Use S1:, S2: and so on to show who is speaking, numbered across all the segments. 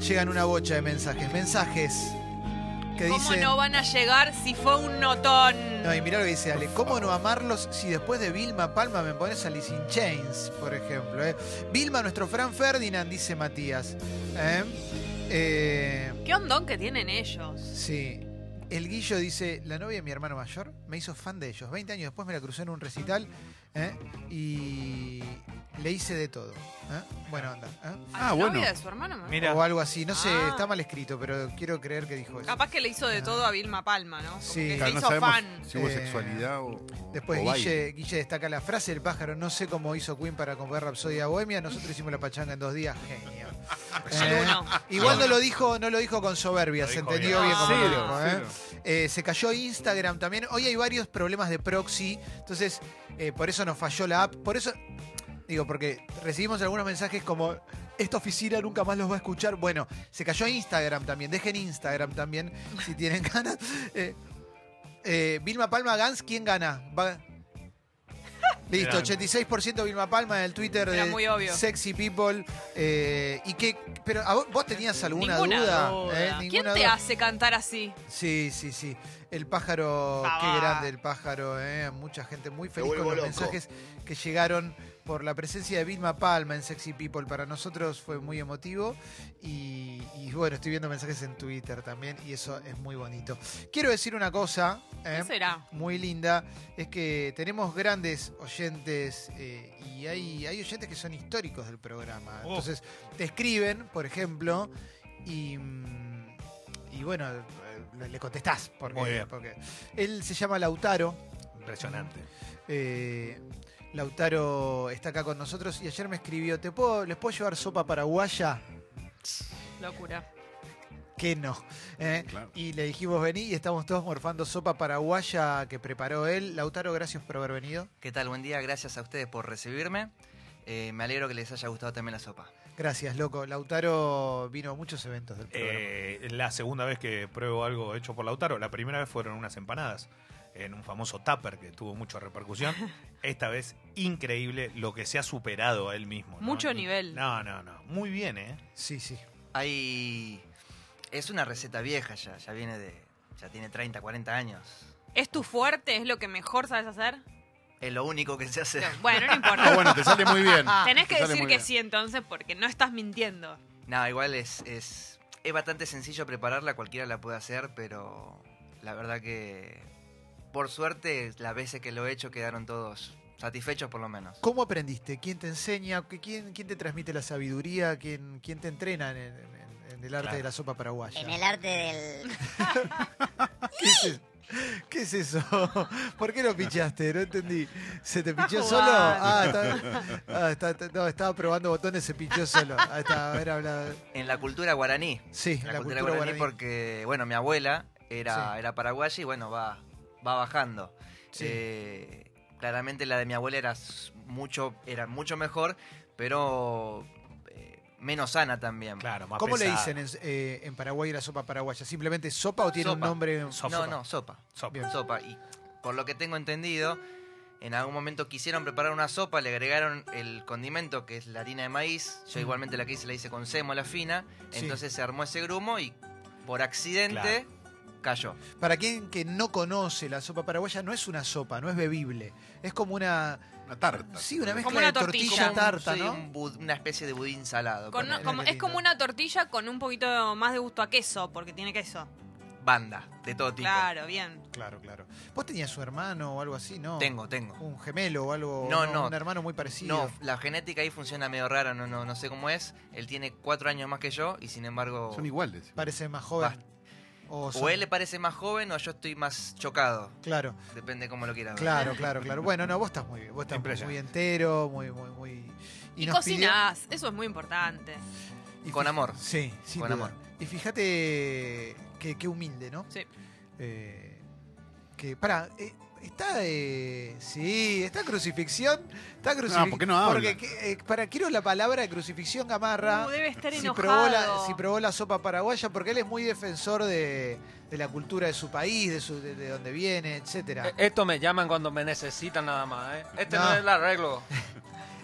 S1: llegan una bocha de mensajes. Mensajes que
S2: ¿Cómo
S1: dicen.
S2: no van a llegar si fue un notón?
S1: No, y mirá lo que dice Ale, ¿cómo no amarlos si después de Vilma Palma me pones a Alice in Chains, por ejemplo? eh? Vilma, nuestro Fran Ferdinand, dice Matías. ¿eh? Eh,
S2: Qué hondón que tienen ellos.
S1: sí. El Guillo dice, la novia de mi hermano mayor me hizo fan de ellos. 20 años después me la crucé en un recital ¿eh? y le hice de todo. ¿eh? Buena onda. ¿eh?
S2: A
S3: Ah,
S2: la
S3: bueno.
S2: novia de su hermano, ¿no?
S3: Mira.
S1: O algo así. No sé,
S2: Ah.
S1: está mal escrito, pero quiero creer que dijo eso.
S2: Capaz que le hizo de todo a Vilma Palma, ¿no? Como
S1: Sí.
S2: que se
S3: Claro, no
S2: hizo
S3: sabemos
S2: fan.
S3: si hubo
S1: Eh,
S3: sexualidad o.
S1: Después
S3: o baile.
S1: Guille, Guille destaca la frase del pájaro, no sé cómo hizo Queen para comprar Rapsodia Bohemia, nosotros hicimos la pachanga en dos días, genio. Eh,
S2: uno.
S1: igual no lo dijo, no lo dijo con soberbia,
S4: Lo
S1: se
S4: dijo
S1: entendió bien,
S2: bien.
S1: como lo
S2: Cero,
S1: dijo, ¿eh? Eh, se cayó Instagram también. Hoy hay varios problemas de proxy. Entonces, eh, por eso nos falló la app. Por eso, digo, porque recibimos algunos mensajes como, esta oficina nunca más los va a escuchar. Bueno, se cayó Instagram también. Dejen Instagram también, si tienen ganas. Eh, eh, Vilma Palma Gans, ¿quién gana? Va- Listo,
S4: Gran.
S1: 86% Vilma Palma en el Twitter
S2: Era
S1: de
S2: muy obvio.
S1: Sexy People. eh, y que, pero ¿a vos, vos tenías alguna
S2: Ninguna
S1: duda.
S2: duda.
S1: ¿eh?
S2: ¿Quién
S1: Ninguna
S2: te
S1: duda.
S2: hace cantar así?
S1: Sí, sí, sí. El pájaro,
S2: Ah,
S1: qué
S2: va.
S1: grande el pájaro, ¿eh? Mucha gente muy feliz con
S5: vuelvo
S1: los
S5: loco.
S1: mensajes que llegaron por la presencia de Vilma Palma en Sexy People. Para nosotros fue muy emotivo. Y, y bueno, estoy viendo mensajes en Twitter también y eso es muy bonito. Quiero decir una cosa. ¿eh?
S2: ¿Qué será?
S1: muy linda es que tenemos grandes oyentes eh, y hay, hay oyentes que son históricos del programa.
S4: Oh.
S1: Entonces, te escriben, por ejemplo, y, mm, y bueno, eh, le- le contestás. Porque,
S4: Muy bien.
S1: porque él se llama Lautaro.
S4: Impresionante.
S1: eh, Lautaro está acá con nosotros y ayer me escribió, ¿te puedo, ¿les puedo llevar sopa paraguaya?
S2: Locura.
S1: que no. ¿eh?
S3: Claro.
S1: Y le dijimos vení y estamos todos morfando sopa paraguaya que preparó él. Lautaro, gracias por haber venido.
S6: ¿Qué tal? Buen día, gracias a ustedes por recibirme. Eh, me alegro que les haya gustado también la sopa.
S1: Gracias, loco. Lautaro vino a muchos eventos del programa.
S4: Eh, es la segunda vez que pruebo algo hecho por Lautaro. La primera vez fueron unas empanadas en un famoso tupper que tuvo mucha repercusión. Esta vez, increíble lo que se ha superado a él mismo. ¿no?
S2: Mucho
S4: Y-
S2: nivel.
S4: No, no, no. Muy bien, ¿eh?
S1: sí, sí.
S6: Hay... Es una receta vieja ya, ya viene de... Ya tiene 30, 40 años.
S2: ¿Es tu fuerte? ¿Es lo que mejor sabes hacer?
S6: Es lo único que se hace.
S2: Bueno, no
S3: Ah,
S2: importa.
S3: bueno, te sale muy bien.
S2: Ah,
S5: Ah,
S2: Tenés
S3: Te
S2: que
S3: sale
S2: decir
S3: muy
S2: que
S3: bien.
S2: sí entonces porque no estás mintiendo.
S6: No, igual es, es... Es bastante sencillo prepararla, cualquiera la puede hacer, pero... La verdad que... Por suerte, las veces que lo he hecho quedaron todos satisfechos por lo menos.
S1: ¿Cómo aprendiste? ¿Quién te enseña? ¿Qué- ¿Quién, quién te transmite la sabiduría? ¿Quién, quién te entrena en, en- en- en el arte
S4: Claro.
S1: de la sopa paraguaya?
S7: En el arte del.
S1: ¿Qué, es eso? ¿Qué es eso? ¿Por qué lo pichaste? No entendí. ¿Se te pichó
S2: jugando.
S1: solo? Ah, está- ah, está- está- no, estaba probando botones, se pichó solo. Ah, está, a ver, habla.
S6: En la cultura guaraní,
S1: Sí,
S6: la, cultura, guaraní, porque, bueno, mi abuela era, era paraguaya y bueno, va, va bajando.
S1: Sí.
S6: Eh, claramente la de mi abuela era s- mucho, era mucho mejor, pero eh, menos sana también.
S4: Claro, más
S1: ¿Cómo le
S4: pesada.
S1: dicen en, eh, en Paraguay la sopa paraguaya? ¿Simplemente sopa o tiene un
S6: Sopa.
S1: nombre?
S4: Sopa.
S6: no, no, sopa.
S4: Sopa.
S1: Bien.
S6: Sopa. Y por lo que tengo entendido, en algún momento quisieron preparar una sopa, le agregaron el condimento que es la harina de maíz. Yo igualmente la que hice la hice con sémola fina.
S1: Sí.
S6: Entonces se armó ese grumo y por accidente cayó.
S1: Para quien que no conoce la sopa paraguaya, no es una sopa, no es bebible. Es como una.
S3: Una tarta.
S1: Sí, una mezcla
S2: Como
S1: de
S2: una
S1: tortilla
S2: tortilla.
S1: tarta,
S6: Sí,
S1: ¿no?
S6: un bud- una especie de budín salado.
S2: Con-
S6: ponele.
S2: como-
S1: qué
S2: es
S1: lindo.
S2: como una tortilla con un poquito más de gusto a queso, porque tiene queso.
S6: Banda, de todo tipo.
S2: Claro, bien.
S1: Claro, claro. ¿Vos tenías un hermano o algo así, no?
S6: Tengo, tengo.
S1: Un gemelo o algo.
S6: No,
S1: ¿no?
S6: no.
S1: Un hermano muy parecido.
S6: No, la genética ahí funciona medio rara, no, no, no sé cómo es. Él tiene cuatro años más que yo y sin embargo...
S3: Son iguales.
S1: Parece más joven.
S6: Basta.
S1: O, son-
S6: O él le parece más joven o yo estoy más chocado.
S1: Claro,
S6: Depende cómo lo quieras ver.
S1: claro, claro, claro. Bueno, no, vos estás muy bien. Vos estás muy
S4: Impresionante.
S1: entero, muy, muy, muy.
S2: Y,
S1: nos pidió-
S2: cocinás, eso es muy importante.
S1: Y
S6: Con
S1: fij-
S6: amor.
S1: Sí, sin
S6: Con
S1: duda.
S6: amor.
S1: Y fíjate que, que humilde, ¿no?
S2: Sí.
S1: Eh, que, pará, eh, está. eh, sí, está crucifixión. Está crucifixión.
S3: No, ¿por qué no habla?
S1: Porque, que- eh, para, quiero la palabra crucifixión gamarra.
S2: Uh, debe estar
S1: si probó,
S2: enojado.
S1: la, si probó la sopa paraguaya, porque él es muy defensor de, de la cultura de su país, de, su, de, de donde viene, etcétera.
S8: Eh, Esto me llaman cuando me necesitan nada más, ¿eh? Este
S1: No.
S8: no, es el arreglo.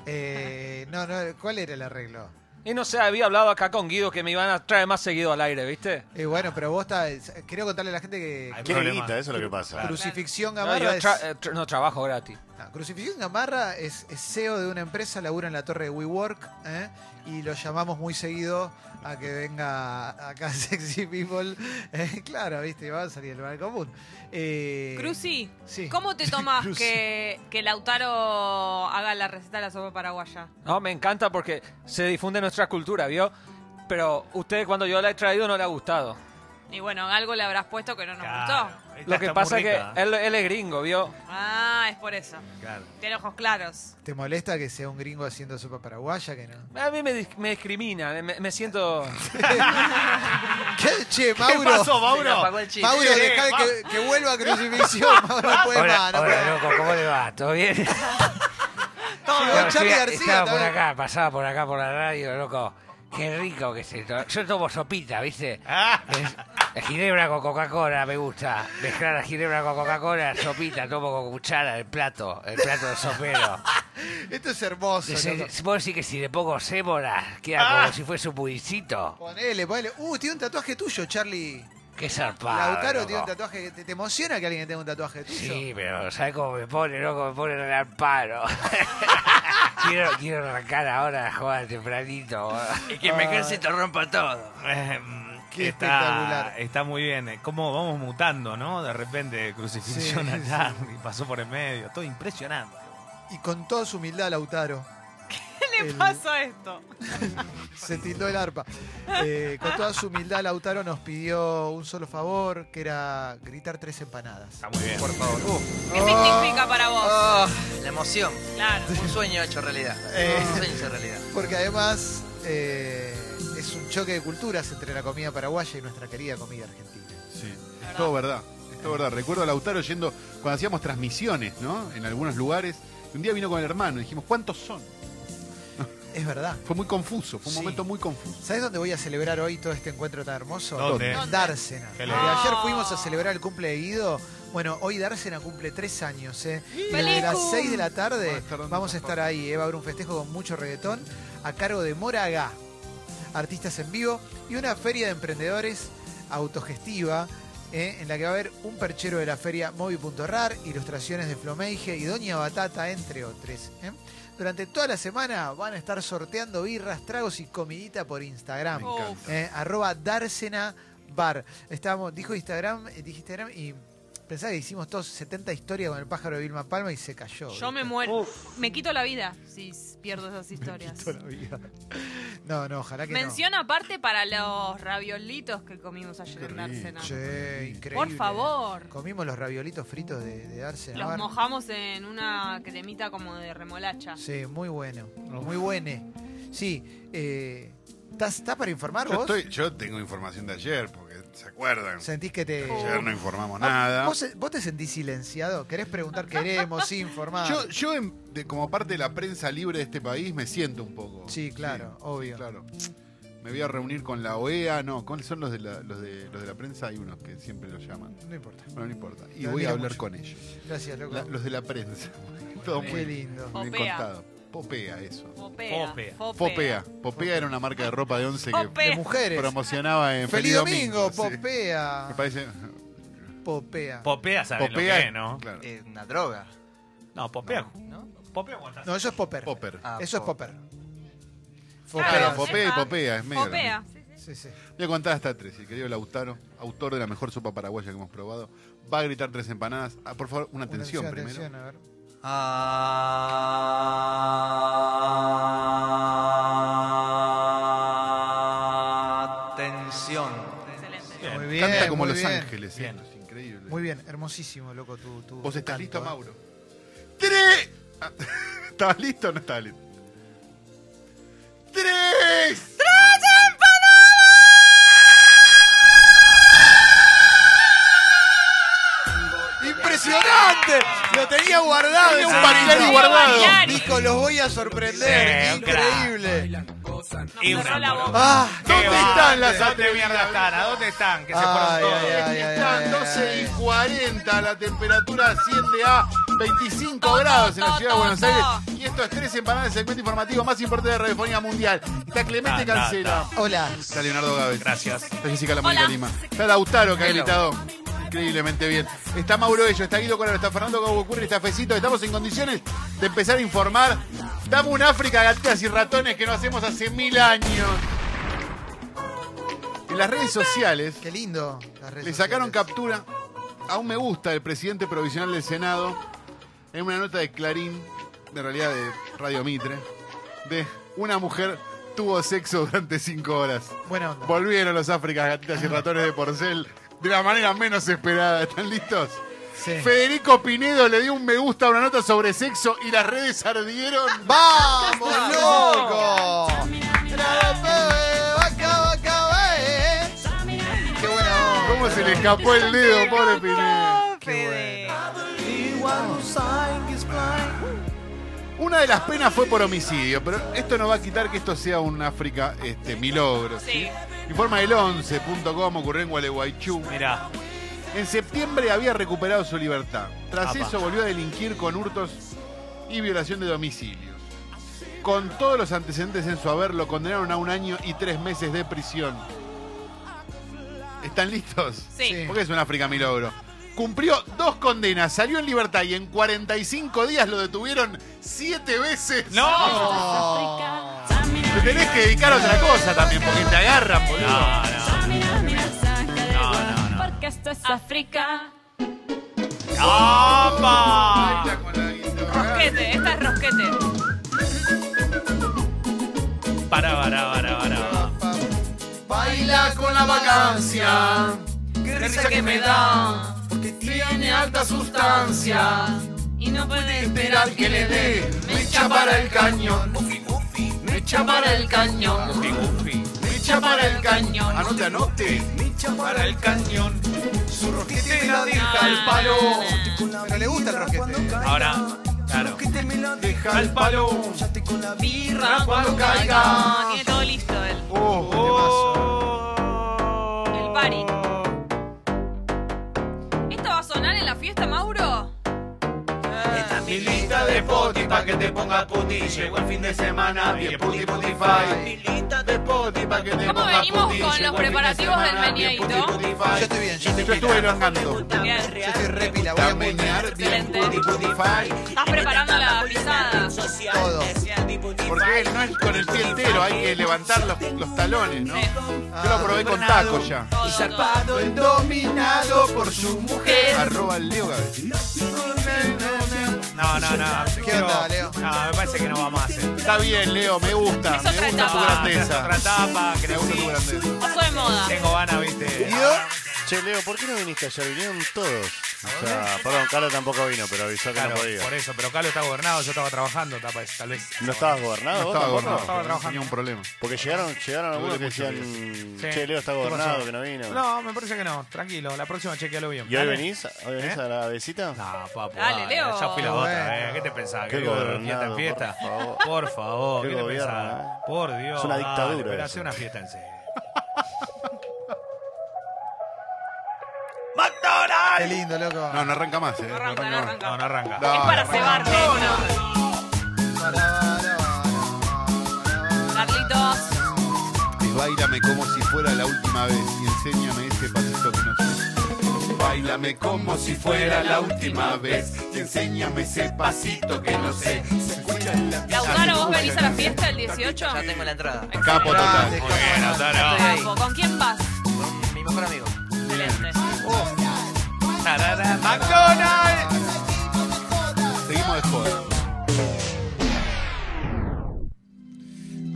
S1: Eh, no, no, ¿cuál era el arreglo?
S8: Y no sé, había hablado acá con Guido que me iban a traer más seguido al aire, ¿viste?
S1: Eh, bueno, pero vos estás. Quiero contarle a la gente que
S4: Hay
S5: Quiere
S4: problema.
S5: guita, eso es lo que pasa.
S4: Claro.
S1: Crucifixión
S8: No,
S1: Gamarra
S8: yo
S1: es.
S8: tra- eh, tra- no trabajo gratis.
S1: Ah, Crucifixión Gamarra es, es CEO de una empresa, labura en la torre de WeWork, ¿eh? y lo llamamos muy seguido a que venga acá Sexy People. Eh, claro, viste, va a salir el lugar común. Eh,
S2: Cruci,
S1: sí.
S2: ¿cómo te tomás
S1: Cruci.
S2: que, que Lautaro haga la receta de la sopa paraguaya?
S8: No, me encanta porque se difunde nuestra cultura, ¿vio? Pero usted cuando yo la he traído no le ha gustado.
S2: Y bueno, algo le habrás puesto que no nos
S4: Claro,
S2: gustó.
S4: esta
S8: Lo que
S4: está
S8: pasa
S4: muy
S8: es que
S4: rica. ¿eh?
S8: él, él es gringo, ¿vio?
S2: Ah, es por eso.
S4: Claro.
S2: Tiene ojos claros.
S1: ¿Te molesta que sea un gringo haciendo sopa paraguaya? Que no.
S8: A mí me, dis- me discrimina, me, me siento...
S1: ¿Qué? Che,
S4: ¿Qué
S1: Mauro.
S4: pasó,
S6: Se le apagó
S4: Mauro?
S6: el chip.
S1: Mauro,
S4: Sí,
S1: dejá
S4: va.
S1: que, que vuelva a crucifixión. Mauro, no puede más, no puede más.
S8: loco, ¿cómo le va? ¿Todo bien?
S1: Llegó Charlie García. ¿eh?
S8: estaba por
S1: también.
S8: acá, pasaba por acá por la radio, loco. Qué rico que se to- Yo tomo sopita, ¿viste?
S4: Ah,
S8: Es- la ginebra con Coca-Cola me gusta. Mezclar la ginebra con Coca-Cola, sopita, tomo con cuchara el plato, el plato de sopero.
S1: Esto es hermoso.
S8: Entonces,
S1: loco.
S8: puedo decir que si le pongo cébola, queda
S9: Ah.
S8: como si fuese un pudicito.
S1: Ponele, ponele. Uh, tiene un tatuaje tuyo, Charlie.
S8: Qué zarpado.
S1: Lautaro
S8: loco.
S1: tiene un tatuaje. que- ¿Te, te emociona que alguien tenga un tatuaje tuyo?
S8: Sí, pero ¿sabes cómo me pone, loco? Me pone en el amparo. quiero, quiero arrancar ahora la joda tempranito.
S6: Y que me canse te rompa todo.
S4: em,
S1: Qué
S4: está,
S1: espectacular.
S4: Está muy bien. eh, Cómo vamos mutando, ¿no? De repente, crucifixión
S1: Sí,
S4: allá y pasó por el medio. Todo impresionante.
S1: Y con toda su humildad, Lautaro.
S2: ¿Qué le
S1: El-
S2: pasó a esto?
S1: Se tildó el arpa. Eh, con toda su humildad, Lautaro nos pidió un solo favor, que era gritar tres empanadas.
S4: Está muy bien.
S6: Por favor.
S2: ¿Qué
S1: Ah.
S2: significa para vos?
S6: Ah, la emoción.
S2: Claro.
S6: Un sueño hecho realidad.
S1: Eh.
S6: Un sueño hecho realidad.
S1: Porque además eh, es un choque de culturas entre la comida paraguaya y nuestra querida comida argentina.
S3: Sí, es todo verdad. Es todo verdad. Recuerdo a Lautaro yendo cuando hacíamos transmisiones, ¿no? En algunos lugares. Y Un día vino con el hermano y dijimos, ¿cuántos son?
S1: Es verdad.
S3: Fue muy confuso, fue un
S1: Sí.
S3: momento muy confuso.
S1: ¿Sabes dónde voy a celebrar hoy todo este encuentro tan hermoso?
S4: ¿Dónde?
S1: En Dársena.
S4: Qué
S1: Porque
S4: lindo.
S1: ayer fuimos a celebrar el cumple de Guido. Bueno, hoy Dársena cumple tres años, ¿eh? Y desde
S2: ¡Feliz
S1: las
S2: cum!
S1: 6 de la tarde
S3: Van a estar dando
S1: vamos a
S3: esas
S1: estar ahí. ¿eh? Va a haber un festejo con mucho reggaetón a cargo de Moraga, artistas en vivo y una feria de emprendedores autogestiva. ¿eh? En la que va a haber un perchero de la feria Movi.rar, ilustraciones de Flomeige y Doña Batata, entre otros. ¿eh? Durante toda la semana van a estar sorteando birras, tragos y comidita por Instagram.
S3: Me
S2: Oh.
S3: encanta.
S1: Eh, arroba Dársena Bar. Estábamos, dijo Instagram, eh, dije Instagram y pensaba que hicimos todos 70 historias con el pájaro de Vilma Palma y se cayó.
S2: Yo me muero. Me quito la vida si pierdo esas historias.
S1: Toda la vida. No, no, ojalá que
S2: Mención aparte para los raviolitos que comimos ayer
S3: Qué
S2: en
S3: rico.
S1: no.
S2: Dársena.
S1: Che, increíble. eh.
S2: Por favor.
S1: Comimos los raviolitos fritos de, de Dársena
S2: Los
S1: Bar.
S2: mojamos en una cremita como de remolacha.
S1: Sí, muy bueno. Muy buene. Sí, eh, ¿estás estás para informar
S5: Yo,
S1: vos?
S5: estoy, yo tengo información de ayer, porque se acuerdan.
S1: ¿Sentís que te...
S5: Ayer no informamos
S1: Ah,
S5: nada.
S1: ¿Vos, vos te sentís silenciado? ¿Querés preguntar? Queremos sí, informar.
S3: Yo, yo en- de- como parte de la prensa libre de este país me siento un poco.
S1: Sí, claro, obvio.
S3: claro. Me voy a reunir con la OEA, no, ¿cuáles son los de la, los de, los de la prensa? Hay unos que siempre los llaman.
S1: No importa.
S3: Bueno, no importa. Y
S1: Lo
S3: voy a
S1: admiro
S3: hablar
S1: mucho.
S3: con ellos.
S1: Gracias, loco.
S3: La- los de la prensa. Todo
S1: Qué
S3: muy,
S1: lindo.
S3: muy
S2: Popea.
S3: cortado. Popea, eso.
S2: Popea.
S4: Popea.
S3: Popea. Popea era una marca de ropa de once que
S2: Popea.
S1: De mujeres.
S3: promocionaba en
S1: Feliz domingo,
S3: sí. Me
S1: popea.
S3: parece.
S1: Popea.
S4: Popea, ¿sabes lo
S3: Popea.
S4: que es, no?
S3: Claro.
S6: Eh, una droga,
S4: No, Popea.
S6: ¿no?
S4: Popea cuando estás-
S1: No, eso es popper.
S3: Popper.
S6: Ah,
S1: Eso es
S6: po-
S1: popper.
S3: Popea,
S1: Popea.
S2: Claro,
S3: popea y
S2: esa-
S3: popea, es medio.
S2: Popea.
S1: Sí, sí.
S3: Voy a contar hasta tres. El querido Lautaro, autor de la mejor sopa paraguaya que hemos probado, va a gritar tres empanadas. Ah, por favor, una atención
S1: Atención,
S3: primero.
S1: atención, a ver.
S6: Atención.
S2: Excelente.
S4: Bien.
S1: Muy bien.
S3: Canta como
S1: muy
S3: Los
S1: bien.
S3: Ángeles, ¿eh?
S4: Bien.
S3: es increíble.
S1: Muy bien, hermosísimo, loco, tu, tu
S3: ¿Vos estás
S1: canto,
S3: listo,
S1: ¿eh?
S3: Mauro? ¡Tres! Ah, ¿Estabas listo o no estabas listo? ¡Tres!
S1: ¡Impresionante! Lo tenía guardado. ese
S4: un Bariloche
S1: Nico.
S4: guardado.
S1: Nico, los voy a sorprender.
S4: Sí, un crack.
S1: Increíble.
S2: Nos
S4: Y
S2: cerró
S4: una
S2: la
S4: bola.
S2: boca.
S1: Ah,
S4: ¿Qué
S1: ¿dónde
S4: va?
S1: están las
S4: ¿Dónde mierda están? ¿A dónde están? Que se fueron
S1: Ay,
S4: todos.
S1: ay, ay, ay, ay,
S3: Están
S1: ay,
S3: 12
S1: ay.
S3: y 40, la temperatura asciende a
S5: 25
S2: To,
S5: grados
S2: to,
S5: en la
S2: to,
S5: ciudad de
S2: to,
S5: Buenos
S2: to.
S5: Aires. Y esto es tres empanadas del segmento informativo más importante de la radiofonía mundial. Está Clemente
S4: Ta, ta,
S5: Cancela.
S1: Hola.
S5: Está Leonardo Gávez.
S4: Gracias.
S5: Está Jessica La Mónica
S2: Hola.
S5: Lima. Está Lautaro que ha
S10: Hello.
S5: gritado increíblemente bien. Está Mauro Ello, está Guido Corral, está Fernando Gabucurri, está Fecito. Estamos en condiciones de empezar a informar. Dame un África, gatitas y ratones que no hacemos hace mil años. En las redes sociales
S1: Qué lindo. las redes
S5: le sacaron
S1: sociales.
S5: captura a un me gusta del presidente provisional del Senado en una nota de Clarín, de realidad de Radio Mitre, de una mujer tuvo sexo durante cinco horas.
S1: Buena onda.
S5: Volvieron los Áfricas, gatitas y ratones de porcel de la manera menos esperada. ¿Están listos?
S1: Sí.
S5: Federico Pinedo le dio un me gusta a una nota sobre sexo y las redes ardieron.
S1: ¡Vamos, loco! ¡Vaca, vaca, eh! ¡Qué buena onda!
S5: ¿Cómo se le escapó el dedo, pobre Pinedo?
S2: No, Fede.
S5: Una de las penas fue por homicidio, pero esto no va a quitar que esto sea un África este, milagro. ¿sí?
S2: Sí.
S5: Informa el 11.com ocurrió en Gualeguaychú.
S4: Mirá,
S5: En septiembre había recuperado su libertad. Tras
S4: Apa.
S5: eso volvió a delinquir con hurtos y violación de domicilios. Con todos los antecedentes en su haber, lo condenaron a un año y tres meses de prisión. ¿Están listos?
S1: Sí.
S2: Sí.
S5: Porque es un África Milogro. Cumplió dos condenas, salió en libertad y en 45 días lo detuvieron siete veces.
S4: ¡No!
S1: Oh.
S5: Te tenés que dedicar a otra cosa también, porque te agarran,
S4: No,
S5: boludo.
S4: no. No, no, no.
S11: Porque esto es África.
S4: ¡Apa!
S5: Baila con la guitarra.
S2: Rosquete, esta es rosquete.
S4: Para, para, para, para.
S5: Baila con la vacancia.
S2: Qué
S6: risa que me
S2: da.
S6: Porque
S5: Tiene alta sustancia.
S2: Y no puede
S5: Esperar que le dé. Me echa para el cañón. Me echa para el cañón.
S4: Goofy, goofy.
S5: Me echa para el cañón. Anote, anote.
S4: Para el cañón.
S2: deja al palo.
S1: Pero le gusta el rosquete.
S4: Ahora, claro.
S5: Deja
S4: Al palo.
S2: Birra cuando
S5: caiga.
S2: caiga. Tiene todo listo él.
S5: Oh,
S2: El party. ¿Esto va a sonar en la fiesta, Mauro? Ah,
S12: Mi lista de poti pa' que te ponga puti Llegó el fin de semana, bien puti putify Mi lista de poti pa' que te
S2: ¿Cómo
S12: ponga
S2: venimos
S12: puti, llegó
S2: con los
S12: el fin de
S2: preparativos del
S12: semana, bien
S2: meneíto?
S12: puti, putify.
S1: Yo estoy bien, yo
S12: Y te
S5: Yo estuve elongando.
S2: Bien.
S1: Yo estoy re pila, voy a
S12: Menear, bien
S2: Excelente.
S12: puti putify
S2: Estás preparando la pisada.
S1: Todo.
S5: Porque él no es con el pie entero, hay que levantar los, los talones, ¿no?
S2: Sí.
S5: Yo lo probé con tacos ya.
S2: Todo, todo.
S5: dominado por su mujer.
S2: Eh,
S5: Arroba el Leo Gávez.
S4: No, no, no. Quiero-
S1: onda, Leo?
S4: No, me parece que no vamos a hacer.
S5: Está bien, Leo, me gusta.
S2: Es
S5: Me
S2: otra
S5: gusta tu
S2: etapa,
S4: Otra
S5: grandeza.
S4: tapa,
S5: Me gusta tu
S4: crecí.
S5: grandeza.
S2: Pasó de moda.
S4: Tengo ganas, viste. Ah,
S13: Che, Leo, ¿por qué no viniste ayer? Vinieron todos. O sea, perdón, Carla tampoco vino, pero avisó que
S4: Claro,
S13: no podía.
S4: por eso, pero Carlos estaba gobernado, yo estaba trabajando, tal vez. Tal vez.
S13: ¿No estabas gobernado
S5: No
S13: vos
S5: estaba
S13: tampoco?
S5: gobernado, pero no
S4: trabajando.
S5: tenía un problema.
S13: Porque llegaron, llegaron algunos que
S5: Tuve mucho
S13: decían,
S4: Sí.
S13: che, Leo está
S4: ¿Qué
S13: gobernado,
S4: pasó?
S13: que no vino.
S4: No, me parece que no. Tranquilo, la próxima chequealo bien.
S13: ¿Y hoy
S4: Dale.
S13: venís? ¿Hoy venís
S4: ¿Eh?
S13: a la besita?
S4: No, papu.
S2: Dale, Leo.
S4: Ya fui la otra, ¿eh?
S1: Bueno.
S4: ¿Qué te pensás?
S13: Qué
S4: ¿Que iba de fiesta en
S13: gobernado,
S4: fiesta?
S13: por favor.
S4: Por favor,
S13: Qué
S4: ¿qué te
S13: gobierno,
S4: pensás?
S13: eh.
S4: Por Dios.
S13: Es una
S4: dale,
S13: dictadura
S4: Pero
S13: eso.
S4: hace una fiesta en serio.
S1: Qué lindo, loco.
S5: No, no arranca más, ¿eh?
S2: No arranca, no arranca.
S4: No, no arranca.
S5: No,
S2: Es para
S5: no,
S2: cebarte. esto. Carlitos.
S5: Es bailame como si fuera la última vez y enséñame ese pasito que no sé. Bailame como si fuera la última vez y enséñame ese pasito que no sé. Se escucha en la-
S2: Lautaro, ¿vos venís a la fiesta el 18?
S6: Ya tengo la entrada.
S5: Capo total.
S1: Grande.
S4: Muy bien, Lautaro.
S6: Estoy ahí.
S2: Capo, ¿Con quién vas?
S6: Con mi mejor amigo.
S2: Excelente.
S4: Tarara, McDonald's.
S5: Seguimos de joda.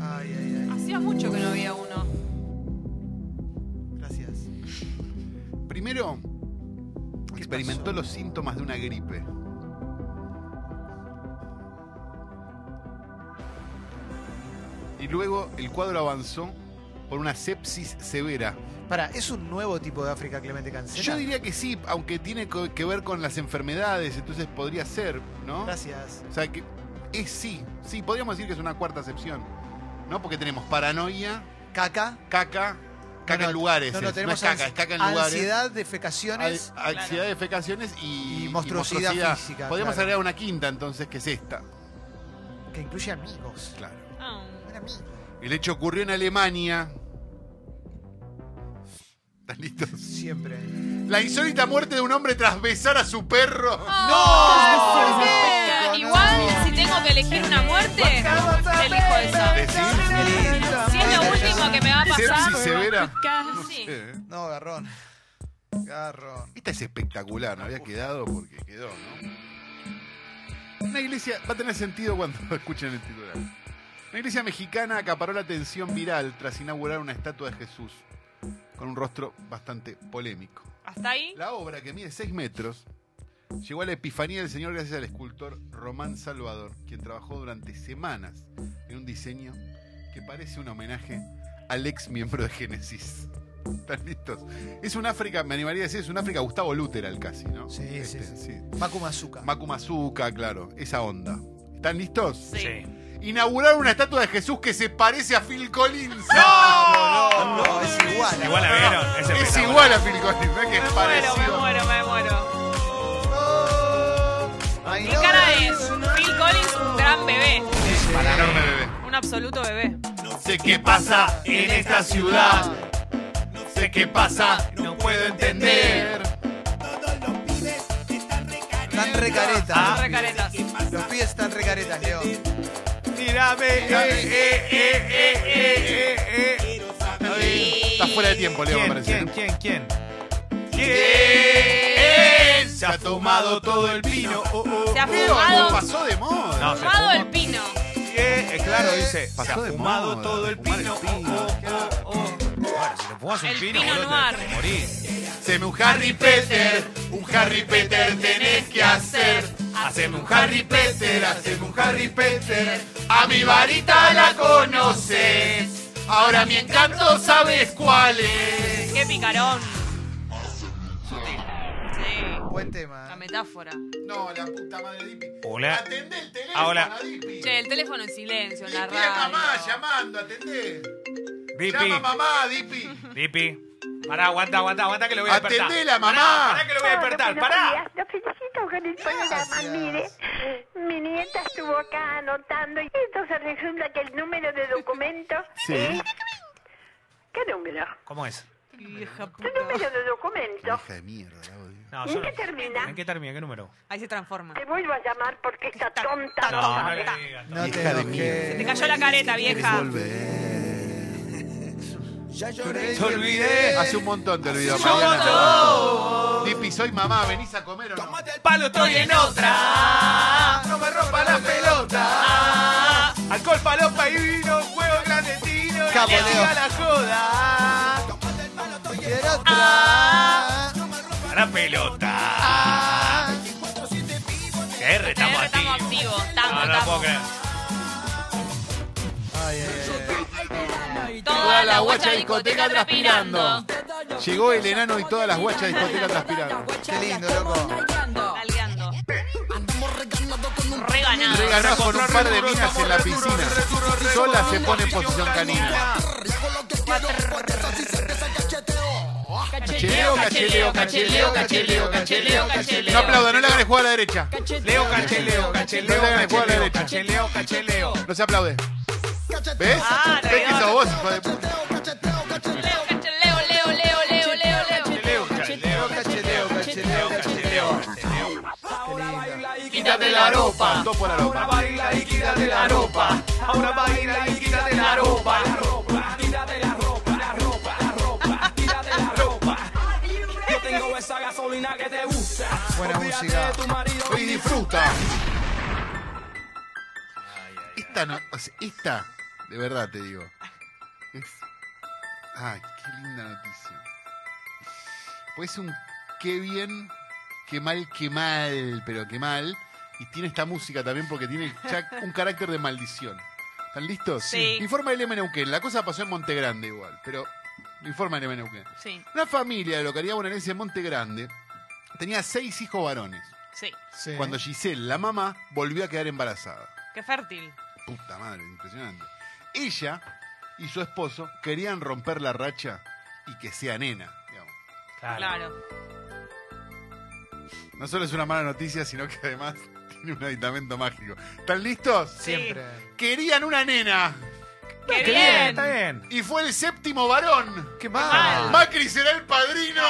S1: Ay, ay, ay.
S2: Hacía mucho que no había uno.
S1: Gracias.
S5: Primero, experimentó los síntomas de una gripe. Y luego el cuadro avanzó por una sepsis severa.
S1: Para, ¿es un nuevo tipo de África Clemente Cancela?
S5: Yo diría que sí, aunque tiene co- que ver con las enfermedades, entonces podría ser, ¿no?
S1: Gracias.
S5: O sea que es sí, sí, podríamos decir que es una cuarta acepción, ¿no? Porque tenemos paranoia,
S1: Caca.
S5: caca, Caca
S1: no,
S5: en lugares.
S1: No, no,
S5: es.
S1: tenemos
S5: es caca, es caca en lugares.
S1: ansiedad de fecaciones.
S5: Hay- ansiedad de fecaciones y,
S1: Y monstruosidad física,
S5: Podríamos
S1: claro.
S5: agregar una quinta entonces, que es esta.
S1: Que incluye amigos.
S5: Claro.
S2: Ah,
S1: Un amigo.
S5: El hecho ocurrió en Alemania. ¿Están listos?
S1: Siempre.
S5: La insólita muerte de un hombre tras besar a su perro.
S2: Ah,
S1: No,
S2: perfecta.
S1: no,
S2: Igual,
S1: no.
S2: si tengo que elegir una muerte, elijo eso.
S5: ¿Decís?
S2: Si es lo último que me va a pasar.
S5: Sepsis severa. No
S2: Sí.
S5: sé.
S1: No, garrón. Garrón.
S5: Esta es espectacular, no había quedado porque quedó, ¿no? Una iglesia, va a tener sentido cuando escuchen el titular. Una iglesia mexicana acaparó la atención viral tras inaugurar una estatua de Jesús con un rostro bastante polémico.
S2: Hasta ahí.
S5: La obra, que mide 6 metros, llegó a la epifanía del Señor gracias al escultor Román Salvador, quien trabajó durante semanas en un diseño que parece un homenaje al ex miembro de Génesis. ¿Están listos? Es un África, me animaría a decir, es un África Gustavo Luteral casi, ¿no? Este,
S1: Sí, sí, sí.
S5: sí.
S1: Macu Mazuka.
S5: Macu Mazuka, claro, esa onda. ¿Están listos?
S2: Sí.
S5: Inauguraron una estatua de Jesús que se parece a Phil Collins.
S1: no, no, es igual.
S4: Igual la vieron. Es,
S5: Es
S4: espectacular.
S5: igual a Phil Collins, ¿no? es que es
S2: Me muero, me
S5: parecido.
S2: muero, me muero.
S1: Ay,
S2: Mi
S1: no,
S2: cara
S1: no,
S2: es Phil Collins, un gran bebé.
S5: Enorme bebé.
S2: Un absoluto bebé.
S5: No sé qué pasa en esta ciudad. No sé qué pasa, no puedo entender.
S1: Están recaretas.
S5: Ah,
S2: Son recaretas.
S1: Los pies están recaretas, Leo.
S4: Tírame, eh, eh, eh, eh, eh, eh, eh.
S5: Estás fuera de tiempo, Leo, me
S4: ¿Quién,
S5: parece.
S4: quién,
S5: ¿no?
S4: quién, quién?
S5: ¿Quién
S4: Se ha tomado todo el vino. Oh, oh.
S2: Se ha
S5: Leo,
S2: fumado,
S5: pasó de moda.
S4: No, se ha
S2: fumado el
S4: fumado-
S2: pino.
S4: Eh, eh, claro, dice. Se ha
S5: Pasó de
S4: fumado
S5: moda,
S4: todo el
S5: fumar el
S4: pino.
S5: pino.
S4: Oh, oh, oh, oh. Bueno, si te fumas un
S2: El
S4: pino,
S2: pino
S4: boludo,
S2: noir.
S4: te te morís.
S5: Haceme un Harry Peter, un Harry Peter tenés que hacer. Haceme un Harry Peter, haceme un Harry Peter. A mi varita la conoces. Ahora mi encanto sabes cuál es.
S2: Qué picarón. Sí.
S1: Buen
S2: La
S1: tema. ¿eh?
S2: metáfora.
S5: No, la puta madre Dipi.
S4: Hola.
S5: Atendé el teléfono,
S4: Ahora.
S5: Dipi.
S2: Che, el teléfono en silencio, en
S5: Dipi
S2: la
S5: es
S2: radio.
S5: mamá llamando, atendé.
S4: Dipi,
S5: Llama mamá, Dipi.
S4: Dipi. Pará, aguanta, aguanta, aguanta que lo voy a despertar.
S5: Atendela,
S4: Pará,
S5: mamá.
S4: Pará que lo voy a despertar, pará.
S7: Lo felicito con el programa,
S1: Gracias.
S7: mire. Mi nieta estuvo acá anotando y entonces resulta que el número de documento es... ¿Qué número?
S4: ¿Cómo es?
S2: Hija
S7: Tu
S2: puta.
S7: número de documento.
S5: de mierda, la odio.
S4: No,
S7: ¿En
S4: yo
S7: qué
S4: no-
S7: termina?
S4: ¿En qué termina? ¿Qué número?
S2: Ahí se transforma.
S7: Te vuelvo a llamar porque esta tonta
S4: No,
S7: no
S4: no
S7: sabe.
S4: le digas.
S1: No te
S5: Hija de mí.
S1: enojes.
S2: Te cayó la careta, vieja.
S1: Te
S4: olvidé.
S5: Hace un montón te olvidó,
S4: Yo
S5: Mariana. Dipi, soy mamá, venís a comer o no.
S4: el palo, estoy en otra.
S5: No me rompa la pelota.
S4: Alcohol, palopa y vino, juego clandestino.
S1: Capo,
S4: y le
S1: Leo.
S4: siga la joda.
S1: Quiero otra.
S4: La pelota. R,
S2: TR,
S4: estamos
S2: estamos
S4: activos.
S2: activos.
S4: No,
S2: Estamos,
S4: no puedo creer.
S1: Ay, ay, ay.
S2: estamos. Toda la guacha discoteca transpirando.
S5: Llegó el enano y todas las guachas de discoteca transpirando.
S1: Qué lindo, loco.
S2: Galdeando. Reganado.
S5: Reganó con un par de minas en la piscina. Sola se pone en posición canina. Cacheleo, cacheleo, cacheleo, cacheleo, cacheleo, cacheleo. No aplauda, no le hagan jugar a la derecha.
S4: Leo, cacheleo, cacheleo,
S5: No le hagan jugar a la
S4: cacheleo,
S5: derecha.
S4: cacheleo, cacheleo.
S5: No se aplaude. ¿Ves?
S2: Ah,
S5: ¿Ves que
S2: Dios.
S5: sos vos, hijo de puta?
S2: Leo, cacheleo, leo, leo, leo, leo, leo.
S4: Cacheleo,
S1: Cacheteo,
S4: cacheleo,
S1: cacheteo, cacheteo.
S5: Quítate la ropa. Dos por la ropa.
S9: Baila y quítate la ropa. Ahora baila y quítate la ropa. La ropa, quítate la ropa, la ropa, la ropa, quítate la ropa. Yo tengo esa gasolina que te gusta.
S1: Buena
S9: Olvídate
S1: música.
S9: de tu marido
S5: y disfruta. Esta no, o sea, esta, de verdad te digo. Es, ay, qué linda noticia. Pues un qué bien, qué mal, qué mal, pero qué mal. Y tiene esta música también porque tiene ya un carácter de maldición. ¿Están listos?
S2: Sí.
S5: Informa el M. Neuquén. La cosa pasó en Monte Grande igual, pero informa el M. Neuquén.
S2: Sí,
S5: Una familia de la localidad bonaerense de Monte Grande tenía seis hijos varones
S2: sí.
S1: Sí.
S5: cuando Giselle, la mamá, volvió a quedar embarazada.
S2: Qué fértil.
S5: Puta madre, impresionante. Ella y su esposo querían romper la racha y que sea nena. digamos.
S2: Claro.
S5: No solo es una mala noticia, sino que además tiene un aditamento mágico. ¿Están listos?
S1: Siempre.
S5: Querían una nena
S2: ¡Qué
S4: Qué
S2: bien!
S4: Está bien.
S5: y fue el séptimo varón. Ah.
S1: ¡Qué mal!
S5: Macri será el padrino.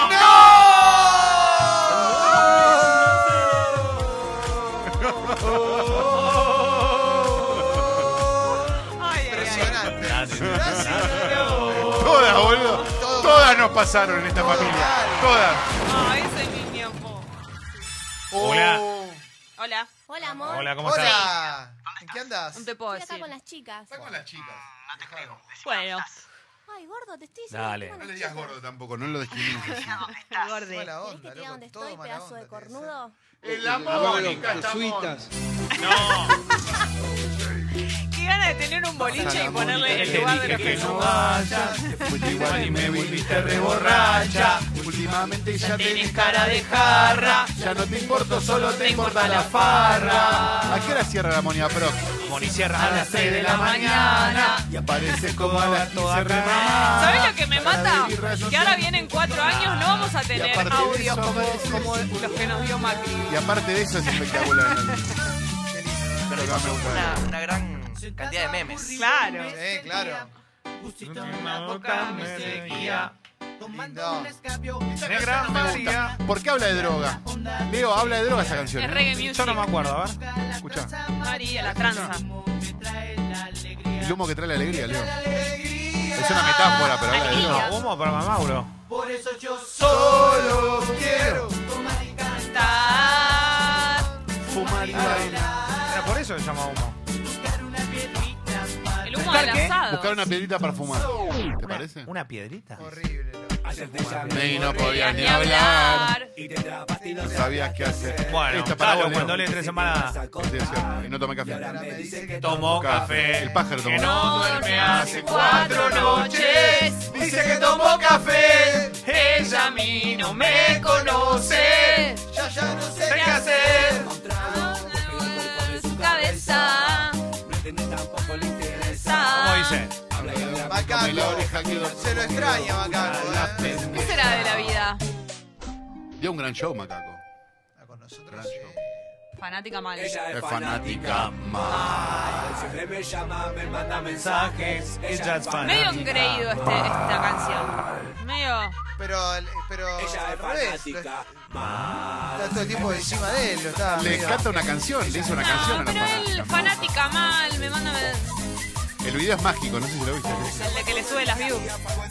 S2: Ay, ay, ay.
S1: Impresionante.
S5: Todas, boludo.
S1: Todo.
S5: Todas nos pasaron en esta familia. Todas.
S2: Ay, ese niño. po.
S4: Hola.
S5: Oh.
S2: Hola.
S14: Hola, amor.
S4: Hola, ¿cómo estás?
S1: Hola. ¿En qué andas?
S2: No te puedo
S14: Estoy acá
S2: decir.
S14: con las chicas.
S5: Está con las chicas.
S2: Bueno,
S14: Ay, gordo, te estoy
S8: Dale.
S14: diciendo.
S5: No le digas gordo tampoco, no lo discrimines así.
S2: gordi.
S1: Mala
S14: ¿Querés que te
S1: onda,
S14: diga
S1: loco,
S14: dónde
S1: todo
S14: estoy,
S1: mala
S14: pedazo
S1: onda
S14: de
S1: tiene que ser.
S14: cornudo?
S5: En la Mónica estamos.
S4: No,
S2: Qué gana de tener un boliche y ponerle
S4: él
S2: el
S4: te
S2: lugar de
S4: dije
S2: los
S4: que no
S2: pechugas.
S4: vayas.
S3: Igual y me volviste re borracha. Últimamente ya tenés cara de jarra. Ya no te importo, solo te importa la farra.
S5: ¿A qué hora cierra la Monia Pro?
S4: Moni Sierra.
S3: A las 6 de la mañana. Y aparece como a las 15 remada.
S2: ¿Sabes lo que me
S3: Para
S2: mata?
S3: vivir rayos
S2: Que ahora vienen cuatro años, no vamos a
S5: Y
S2: tener
S5: aparte de
S2: audios
S5: eso,
S2: como,
S5: aparece-
S2: como los que nos dio Macri.
S5: Y aparte de eso es espectacular.
S6: Perdimos una, una gran cantidad de memes.
S2: Claro.
S1: Sí, claro. Lindo.
S4: Negra María.
S5: ¿Por qué habla de droga? Leo, habla de droga esa canción.
S2: Es
S5: ¿eh?
S2: reggae music.
S4: Yo no me acuerdo, a ver.
S5: Escuchá.
S2: María, la tranza.
S5: El humo que trae la alegría, Leo. Es una metáfora, pero habla de droga.
S4: No, humo para Mauro.
S3: Solo quiero
S2: Está-
S3: fumar y bailar.
S4: Era por eso se llama humo.
S2: El humo del asado.
S5: Buscar una piedrita para fumar. ¿Te parece?
S4: ¿Una piedrita?
S1: Horrible, loco.
S5: Y no podía
S2: Podías
S5: ni hablar.
S2: Y
S5: No sabías qué hacer.
S4: Bueno,
S5: Esta para
S4: claro,
S5: vos,
S4: cuando
S5: Leo.
S4: le entre semana
S5: Sí, es cierto. Y no tomé café.
S1: Ahora me dice que
S4: tomó
S5: café.
S4: café.
S5: El pájaro tomó
S4: Que no duerme hace
S2: cuatro
S4: cuatro
S2: noches.
S4: noches.
S3: Dice que tomó café.
S4: Ella a mí no me conoce.
S1: ya, ya no sé.
S4: ¿Qué hacer?
S2: Su cabeza.
S4: ¿Cómo dice?
S5: Come la
S1: Macaco.
S5: oreja que dor-
S1: Se lo extraña, Macaco. ¿eh?
S2: ¿Qué será de la vida?
S5: Dio un gran show, Macaco.
S1: Ah, Con nosotros.
S5: Gran show.
S1: eh,
S2: Fanática mal.
S5: Es fanática más.
S4: Mensajes. Ella es fan.
S2: Medio engreído este, esta canción. Medio.
S1: Pero, pero al revés, lo- Está todo el tiempo encima de él, lo está.
S5: Le
S1: medio-
S5: encanta una canción, le hizo una canción
S2: No,
S5: a la
S2: pero él,
S5: fanática.
S2: fanática mal, me manda me-
S5: El video es mágico, no sé si lo viste.
S2: el de que le sube las views.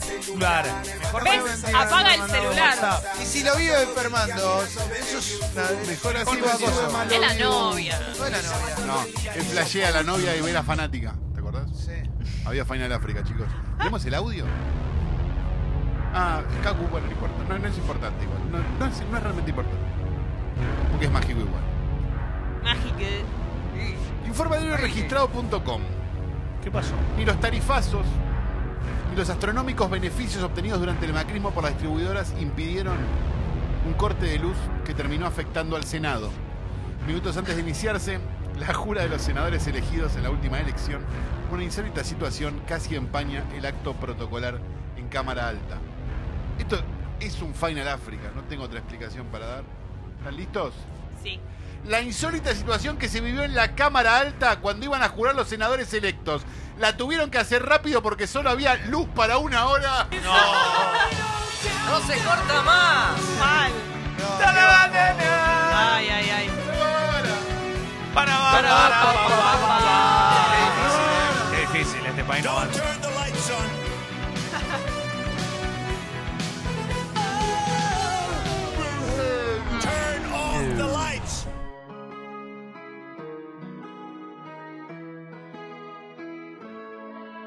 S4: Celular. Mejor
S2: ¿Ves? Apaga el celular.
S1: Y si lo vive enfermando, eso es una mejor así
S5: va cosa.
S2: Es la novia.
S1: No es la novia.
S5: No, él flashea a la novia y ve la fanática. ¿Te acordás?
S1: Sí.
S5: Había Final África, chicos. ¿Tenemos el audio? Ah, Kaku, bueno, no importa. No, no es importante igual. No, no es, no es realmente importante. Porque es mágico igual.
S2: Mágica. ¿eh?
S5: Informadioregistrado.com
S4: ¿Qué pasó?
S5: Ni los tarifazos, ni los astronómicos beneficios obtenidos durante el macrismo por las distribuidoras impidieron un corte de luz que terminó afectando al Senado. Minutos antes de iniciarse, la jura de los senadores elegidos en la última elección, una insólita situación casi empaña el acto protocolar en Cámara Alta. Esto es un Final África, no tengo otra explicación para dar. ¿Están listos?
S2: Sí.
S5: la insólita situación que se vivió en la Cámara Alta cuando iban a jurar los senadores electos. La tuvieron que hacer rápido porque solo había luz para una hora.
S6: ¡No se corta más!
S2: Mal. Ay, ay, ay.
S4: Para, para, para, para, para. Qué difícil este país no avanza.